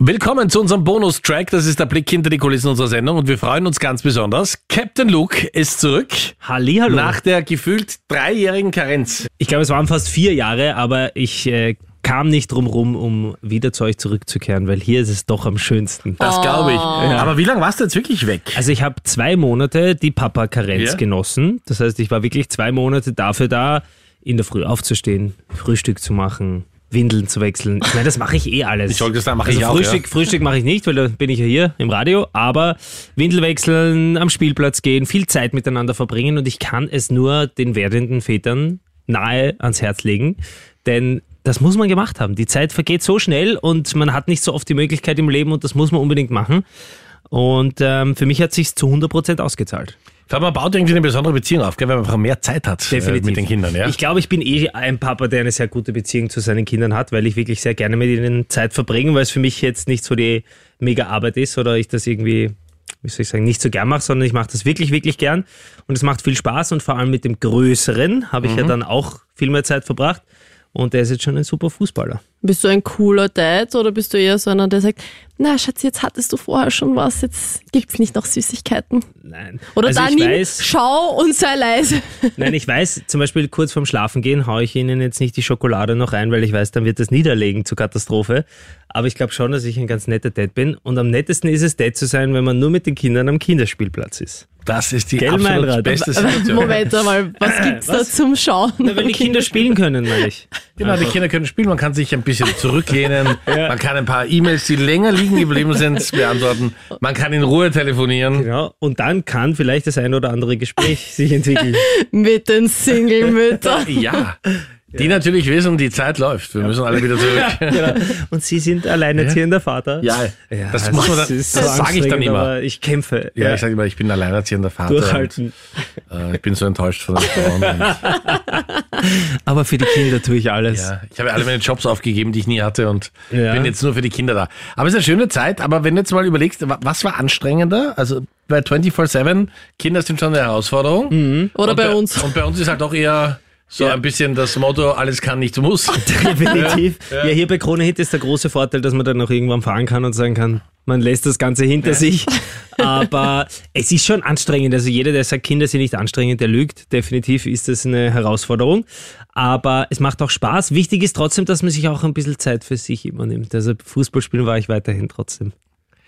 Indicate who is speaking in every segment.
Speaker 1: Willkommen zu unserem Bonustrack. Das ist der Blick hinter die Kulissen unserer Sendung und wir freuen uns ganz besonders. Captain Luke ist zurück
Speaker 2: Hallihallo.
Speaker 1: nach der gefühlt dreijährigen Karenz.
Speaker 2: Ich glaube, es waren fast vier Jahre, aber ich äh, kam nicht drum rum, um wieder zu euch zurückzukehren, weil hier ist es doch am schönsten.
Speaker 1: Das glaube ich. Aber wie lange warst du jetzt wirklich weg?
Speaker 2: Also ich habe zwei Monate die Papa-Karenz
Speaker 1: Ja.
Speaker 2: genossen. Das heißt, ich war wirklich zwei Monate dafür da, in der Früh aufzustehen, Frühstück zu machen, Windeln zu wechseln. Ich meine, das mache ich eh alles.
Speaker 1: Ich wollte das sagen, mache
Speaker 2: also
Speaker 1: ich auch,
Speaker 2: Frühstück, Frühstück mache ich nicht, weil da bin ich ja hier im Radio. Aber Windel wechseln, am Spielplatz gehen, viel Zeit miteinander verbringen und ich kann es nur den werdenden Vätern nahe ans Herz legen, denn das muss man gemacht haben. Die Zeit vergeht so schnell und man hat nicht so oft die Möglichkeit im Leben und das muss man unbedingt machen. Und ähm, für mich hat sich's zu 100% ausgezahlt.
Speaker 1: Vor allem, man baut irgendwie eine besondere Beziehung auf, gell, weil man einfach mehr Zeit hat äh,
Speaker 2: Definitiv.
Speaker 1: mit den Kindern. Ja?
Speaker 2: Ich glaube, ich bin eh ein Papa, der eine sehr gute Beziehung zu seinen Kindern hat, weil ich wirklich sehr gerne mit ihnen Zeit verbringe, weil es für mich jetzt nicht so die mega Arbeit ist oder ich das irgendwie, wie soll ich sagen, nicht so gern mache, sondern ich mache das wirklich, wirklich gern und es macht viel Spaß und vor allem mit dem Größeren habe ich
Speaker 1: Mhm.
Speaker 2: ja dann auch viel mehr Zeit verbracht und der ist jetzt schon ein super Fußballer.
Speaker 3: Bist du ein cooler Dad oder bist du eher so einer, der sagt, na Schatz, jetzt hattest du vorher schon was, jetzt gibt's nicht noch Süßigkeiten.
Speaker 2: Nein.
Speaker 3: Oder
Speaker 2: also
Speaker 3: dann
Speaker 2: ich
Speaker 3: nimm,
Speaker 2: weiß,
Speaker 3: schau und sei leise.
Speaker 2: Nein, ich weiß, zum Beispiel kurz vorm Schlafengehen haue ich Ihnen jetzt nicht die Schokolade noch rein, weil ich weiß, dann wird das niederlegen zur Katastrophe. Aber ich glaube schon, dass ich ein ganz netter Dad bin. Und am nettesten ist es, Dad zu sein, wenn man nur mit den Kindern am Kinderspielplatz ist.
Speaker 1: das ist die
Speaker 2: Gell,
Speaker 1: absolut
Speaker 2: Meinrad?
Speaker 1: beste Situation.
Speaker 3: Moment einmal, was gibt's da zum Schauen?
Speaker 2: Na, weil die Kinder spielen können, meine ich.
Speaker 1: Genau, die Kinder können spielen, man kann sich ein bisschen zurücklehnen, man kann ein paar E-Mails, die länger liegen geblieben sind, beantworten, man kann in Ruhe telefonieren.
Speaker 2: Genau. Und dann kann vielleicht das ein oder andere Gespräch sich entwickeln.
Speaker 3: Mit den Single-Müttern.
Speaker 1: Ja, die natürlich wissen, die Zeit läuft, wir müssen alle wieder zurück.
Speaker 2: genau. Und Sie sind alleinerziehender Vater.
Speaker 1: Ja, das muss man dann-
Speaker 2: also ist
Speaker 1: das sag ich dann
Speaker 2: anstrengend,
Speaker 1: immer.
Speaker 2: aber halt- Ich kämpfe.
Speaker 1: Ja, ich sage immer, ich bin alleinerziehender Vater.
Speaker 2: Durchhalten.
Speaker 1: Und, äh, ich bin so enttäuscht von den Frauen. Und,
Speaker 2: Aber für die Kinder tue ich alles.
Speaker 1: ja, ich habe alle meine Jobs aufgegeben, die ich nie hatte und
Speaker 2: Ja.
Speaker 1: bin jetzt nur für die Kinder da. Aber es ist eine schöne Zeit, aber wenn du jetzt mal überlegst, wa- was war anstrengender? Also bei 24-7, Kinder sind schon eine Herausforderung.
Speaker 3: Oder
Speaker 1: Und
Speaker 2: äh,
Speaker 3: bei uns.
Speaker 1: Und bei uns ist halt auch eher so
Speaker 2: Mhm. Ja.
Speaker 1: ein bisschen das Motto, alles kann, nichts muss.
Speaker 2: Definitiv. Ja, hier bei Krone Hit ist der große Vorteil, dass man dann auch irgendwann fahren kann und sagen kann, man lässt das Ganze hinter sich. Aber es ist schon anstrengend. Also jeder, der sagt, Kinder sind nicht anstrengend, der lügt. Definitiv ist das eine Herausforderung. Aber es macht auch Spaß. Wichtig ist trotzdem, dass man sich auch ein bisschen Zeit für sich immer nimmt. Also Fußball spielen war ich weiterhin trotzdem.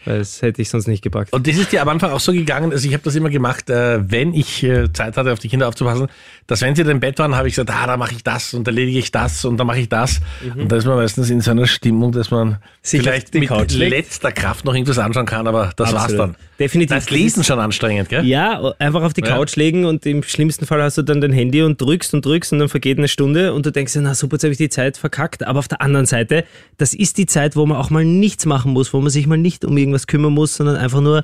Speaker 2: Weil das hätte ich sonst nicht gepackt.
Speaker 1: Und das ist dir am Anfang auch so gegangen, also ich habe das immer gemacht, äh, wenn ich äh, Zeit hatte, auf die Kinder aufzupassen, dass wenn sie dann im Bett waren, habe ich gesagt, ah, da mache ich das und erledige ich das und da mache ich das. Und da ist man meistens in so einer Stimmung, dass man
Speaker 2: Mhm. Sich auf
Speaker 1: vielleicht
Speaker 2: die
Speaker 1: mit
Speaker 2: Couch legt.
Speaker 1: letzter Kraft noch irgendwas anschauen kann, aber das
Speaker 2: Absolut.
Speaker 1: war's dann.
Speaker 2: Definitiv.
Speaker 1: Das Lesen schon anstrengend, gell?
Speaker 2: Ja, einfach auf die
Speaker 1: Ja.
Speaker 2: Couch legen und im schlimmsten Fall hast du dann dein Handy und drückst und drückst und dann vergeht eine Stunde und du denkst, dir, na super, jetzt habe ich die Zeit verkackt. Aber auf der anderen Seite, das ist die Zeit, wo man auch mal nichts machen muss, wo man sich mal nicht um irgendwas kümmern muss, sondern einfach nur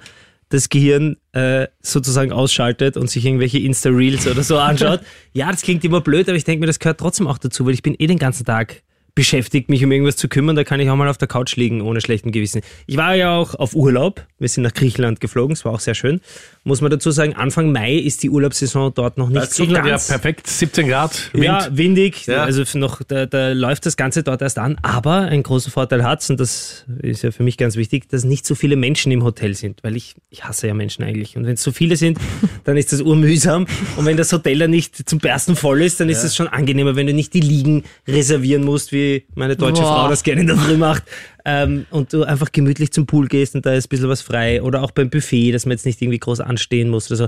Speaker 2: das Gehirn äh, sozusagen ausschaltet und sich irgendwelche Insta-Reels oder so anschaut. ja, das klingt immer blöd, aber ich denke mir, das gehört trotzdem auch dazu, weil ich bin eh den ganzen Tag beschäftigt, mich um irgendwas zu kümmern, da kann ich auch mal auf der Couch liegen ohne schlechten Gewissen. Ich war ja auch auf Urlaub, wir sind nach Griechenland geflogen, es war auch sehr schön. Muss man dazu sagen, Anfang Mai ist die Urlaubssaison dort noch nicht
Speaker 1: Das
Speaker 2: so
Speaker 1: ist ja
Speaker 2: ganz.
Speaker 1: perfekt, 17 Grad, Wind.
Speaker 2: Ja, windig,
Speaker 1: Ja.
Speaker 2: also noch, da, da läuft das Ganze dort erst an, aber einen großen Vorteil hat's und das ist ja für mich ganz wichtig, dass nicht so viele Menschen im Hotel sind, weil ich, ich hasse ja Menschen eigentlich und wenn es so viele sind, dann ist das urmühsam und wenn das Hotel dann nicht zum Bersten voll ist, dann ist es schon angenehmer, wenn du nicht die Liegen reservieren musst, wie meine deutsche
Speaker 3: Boah.
Speaker 2: Frau das gerne in der Früh macht ähm, und du einfach gemütlich zum Pool gehst und da ist ein bisschen was frei oder auch beim Buffet, dass man jetzt nicht irgendwie groß anstehen muss oder so.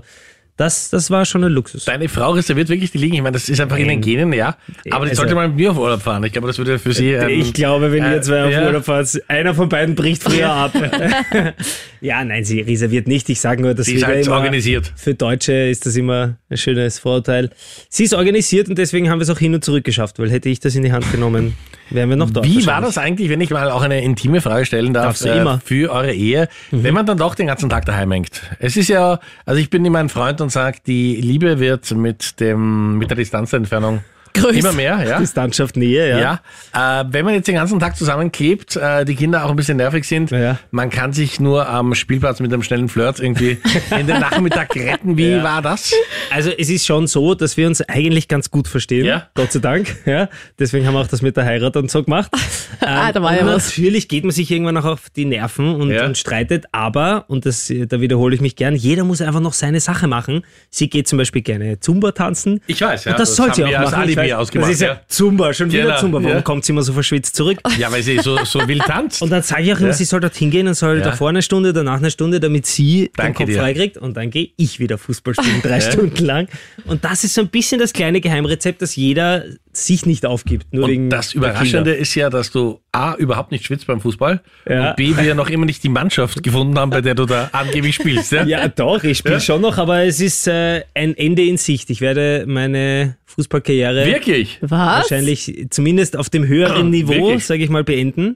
Speaker 2: Das, das war schon ein Luxus.
Speaker 1: Deine Frau reserviert wirklich die Liegen. Ich meine, das ist einfach in den Genen, ja. Aber die
Speaker 2: Also-
Speaker 1: sollte mal mit mir auf Urlaub fahren. Ich glaube, das würde für sie. ähm,
Speaker 2: Ich glaube, wenn
Speaker 1: äh,
Speaker 2: ihr zwei auf
Speaker 1: ja.
Speaker 2: Urlaub fahrt, einer von beiden bricht früher ab. ja, nein, sie reserviert nicht. Ich sage nur, dass
Speaker 1: Sie ist halt
Speaker 2: immer,
Speaker 1: organisiert.
Speaker 2: für Deutsche ist das immer ein schönes Vorurteil. Sie ist organisiert und deswegen haben wir es auch hin und zurück geschafft, weil hätte ich das in die Hand genommen, wären wir noch dort.
Speaker 1: Wie war
Speaker 2: wahrscheinlich.
Speaker 1: das eigentlich, wenn ich mal auch eine intime Frage stellen darf äh,
Speaker 2: Darfst du immer. Mhm.
Speaker 1: für eure Ehe, wenn man dann doch den ganzen Tag daheim hängt? Es ist ja, also ich bin immer ein Freund und sage, die Liebe wird mit dem mit der Distanzentfernung
Speaker 3: Größer.
Speaker 1: Immer mehr, ja.
Speaker 2: Distanzschaft Nähe, ja.
Speaker 1: Ja, äh, wenn man jetzt den ganzen Tag zusammenklebt, äh, die Kinder auch ein bisschen nervig sind,
Speaker 2: Ja, ja.
Speaker 1: man kann sich nur am Spielplatz mit einem schnellen Flirt irgendwie in den Nachmittag retten. Wie war das?
Speaker 2: Also es ist schon so, dass wir uns eigentlich ganz gut verstehen,
Speaker 1: Ja.
Speaker 2: Gott sei Dank. Ja, deswegen haben wir auch das mit der Heirat und so gemacht. Ähm,
Speaker 3: Ah, da war
Speaker 2: und
Speaker 3: ja was.
Speaker 2: Natürlich geht man sich irgendwann auch auf die Nerven und,
Speaker 1: Ja.
Speaker 2: und streitet, aber, und das, äh, da wiederhole ich mich gern, jeder muss einfach noch seine Sache machen. Sie geht zum Beispiel gerne Zumba tanzen.
Speaker 1: Ich weiß, ja.
Speaker 2: Und das,
Speaker 1: das
Speaker 2: sollte sie
Speaker 1: haben
Speaker 2: auch
Speaker 1: wir als
Speaker 2: machen. Ich
Speaker 1: Alibi
Speaker 2: weiß,
Speaker 1: ausgemacht,
Speaker 2: Das ist ja,
Speaker 1: ja.
Speaker 2: Zumba, schon wieder
Speaker 1: Genau,
Speaker 2: Zumba. Warum
Speaker 1: ja.
Speaker 2: kommt sie immer so verschwitzt zurück?
Speaker 1: Ja, weil sie so, so wild tanzt.
Speaker 2: Und dann sage ich auch immer,
Speaker 1: Ja.
Speaker 2: sie soll dort hingehen und soll
Speaker 1: Ja.
Speaker 2: davor eine Stunde, danach eine Stunde, damit sie
Speaker 1: Danke
Speaker 2: den Kopf
Speaker 1: dir.
Speaker 2: freikriegt und dann gehe ich wieder Fußball spielen, drei Stunden lang. Und das ist so ein bisschen das kleine Geheimrezept, dass jeder sich nicht aufgibt. Nur wegen
Speaker 1: Und das
Speaker 2: der
Speaker 1: Überraschende ist ja, dass du A, überhaupt nicht schwitzt beim Fußball
Speaker 2: Ja.
Speaker 1: und B, wir ja noch immer nicht die Mannschaft gefunden haben, bei der du da angeblich spielst. Ja?
Speaker 2: Kinder. Ja, doch, ich spiele schon noch, aber es ist äh, ein Ende in Sicht. Ich werde meine Fußballkarriere
Speaker 1: Wirklich?
Speaker 3: Was?
Speaker 2: wahrscheinlich zumindest auf dem höheren Niveau,
Speaker 1: Wirklich?
Speaker 2: sage ich mal, beenden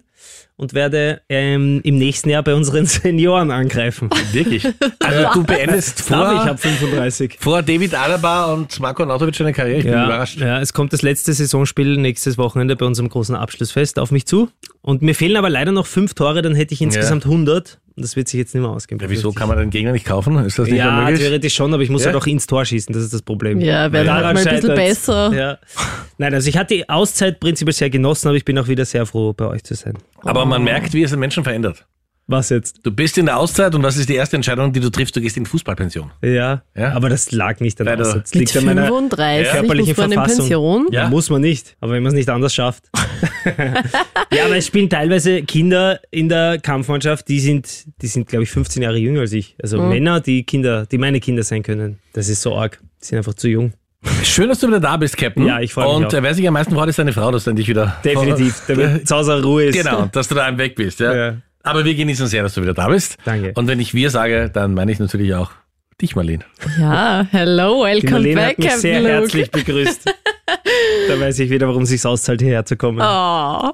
Speaker 2: und werde ähm, im nächsten Jahr bei unseren Senioren angreifen.
Speaker 1: Wirklich. Also du beendest
Speaker 2: Darf ich, ich
Speaker 1: vor,
Speaker 2: habe 35.
Speaker 1: vor David Alaba und Marco Nautovic eine Karriere. Ich bin
Speaker 2: Ja,
Speaker 1: überrascht.
Speaker 2: ja, es kommt das letzte Saisonspiel nächstes Wochenende bei unserem großen Abschlussfest auf mich zu. Und mir fehlen aber leider noch fünf Tore, dann hätte ich insgesamt 100. Und das wird sich jetzt nicht mehr ausgehen.
Speaker 1: Ja, wieso kann man den Gegner nicht kaufen? Ist das nicht
Speaker 2: Ja,
Speaker 1: möglich?
Speaker 2: theoretisch schon, aber ich muss
Speaker 1: Ja.
Speaker 2: halt auch ins Tor schießen, das ist das Problem.
Speaker 3: Ja, wäre
Speaker 2: Daran
Speaker 3: halt mal ein bisschen
Speaker 2: scheitert's.
Speaker 3: besser.
Speaker 2: Ja. Nein, also ich hatte die Auszeit prinzipiell sehr genossen, aber ich bin auch wieder sehr froh, bei euch zu sein.
Speaker 1: Aber man merkt, wie es den Menschen verändert.
Speaker 2: Was jetzt?
Speaker 1: Du bist in der Auszeit und was ist die erste Entscheidung, die du triffst? Du gehst in Fußballpension.
Speaker 2: Ja,
Speaker 1: Ja.
Speaker 2: aber das lag nicht an der
Speaker 1: Leider.
Speaker 2: Auszeit. Das
Speaker 3: Mit
Speaker 2: liegt an meiner
Speaker 3: 35
Speaker 2: körperlichen
Speaker 3: muss man in
Speaker 2: Verfassung.
Speaker 3: Pension.
Speaker 1: Ja.
Speaker 2: Muss man nicht, aber wenn man es nicht anders schafft. ja, aber es spielen teilweise Kinder in der Kampfmannschaft, die sind, die sind, glaube ich, 15 Jahre jünger als ich. Also Männer, die Kinder, die meine Kinder sein können. Das ist so arg. Die sind einfach zu jung.
Speaker 1: Schön, dass du wieder da bist, Captain.
Speaker 2: Ja, ich freu mich
Speaker 1: Und
Speaker 2: auch.
Speaker 1: äh, wer sich am meisten freut, ist deine Frau, dass du endlich wieder...
Speaker 2: Definitiv. Damit zu Hause Ruhe ist.
Speaker 1: Genau, dass du da im Weg bist. Ja.
Speaker 2: Ja.
Speaker 1: Aber wir genießen sehr, dass du wieder da bist.
Speaker 2: Danke.
Speaker 1: Und wenn ich wir sage, dann meine ich natürlich auch dich, Marlene.
Speaker 3: Ja, hello,
Speaker 2: Die
Speaker 3: welcome
Speaker 2: Marlene
Speaker 3: back,
Speaker 2: hat mich
Speaker 3: Captain
Speaker 2: sehr
Speaker 3: Luke.
Speaker 2: herzlich begrüßt. da weiß ich wieder, warum es sich auszahlt, hierher zu kommen.
Speaker 3: Oh.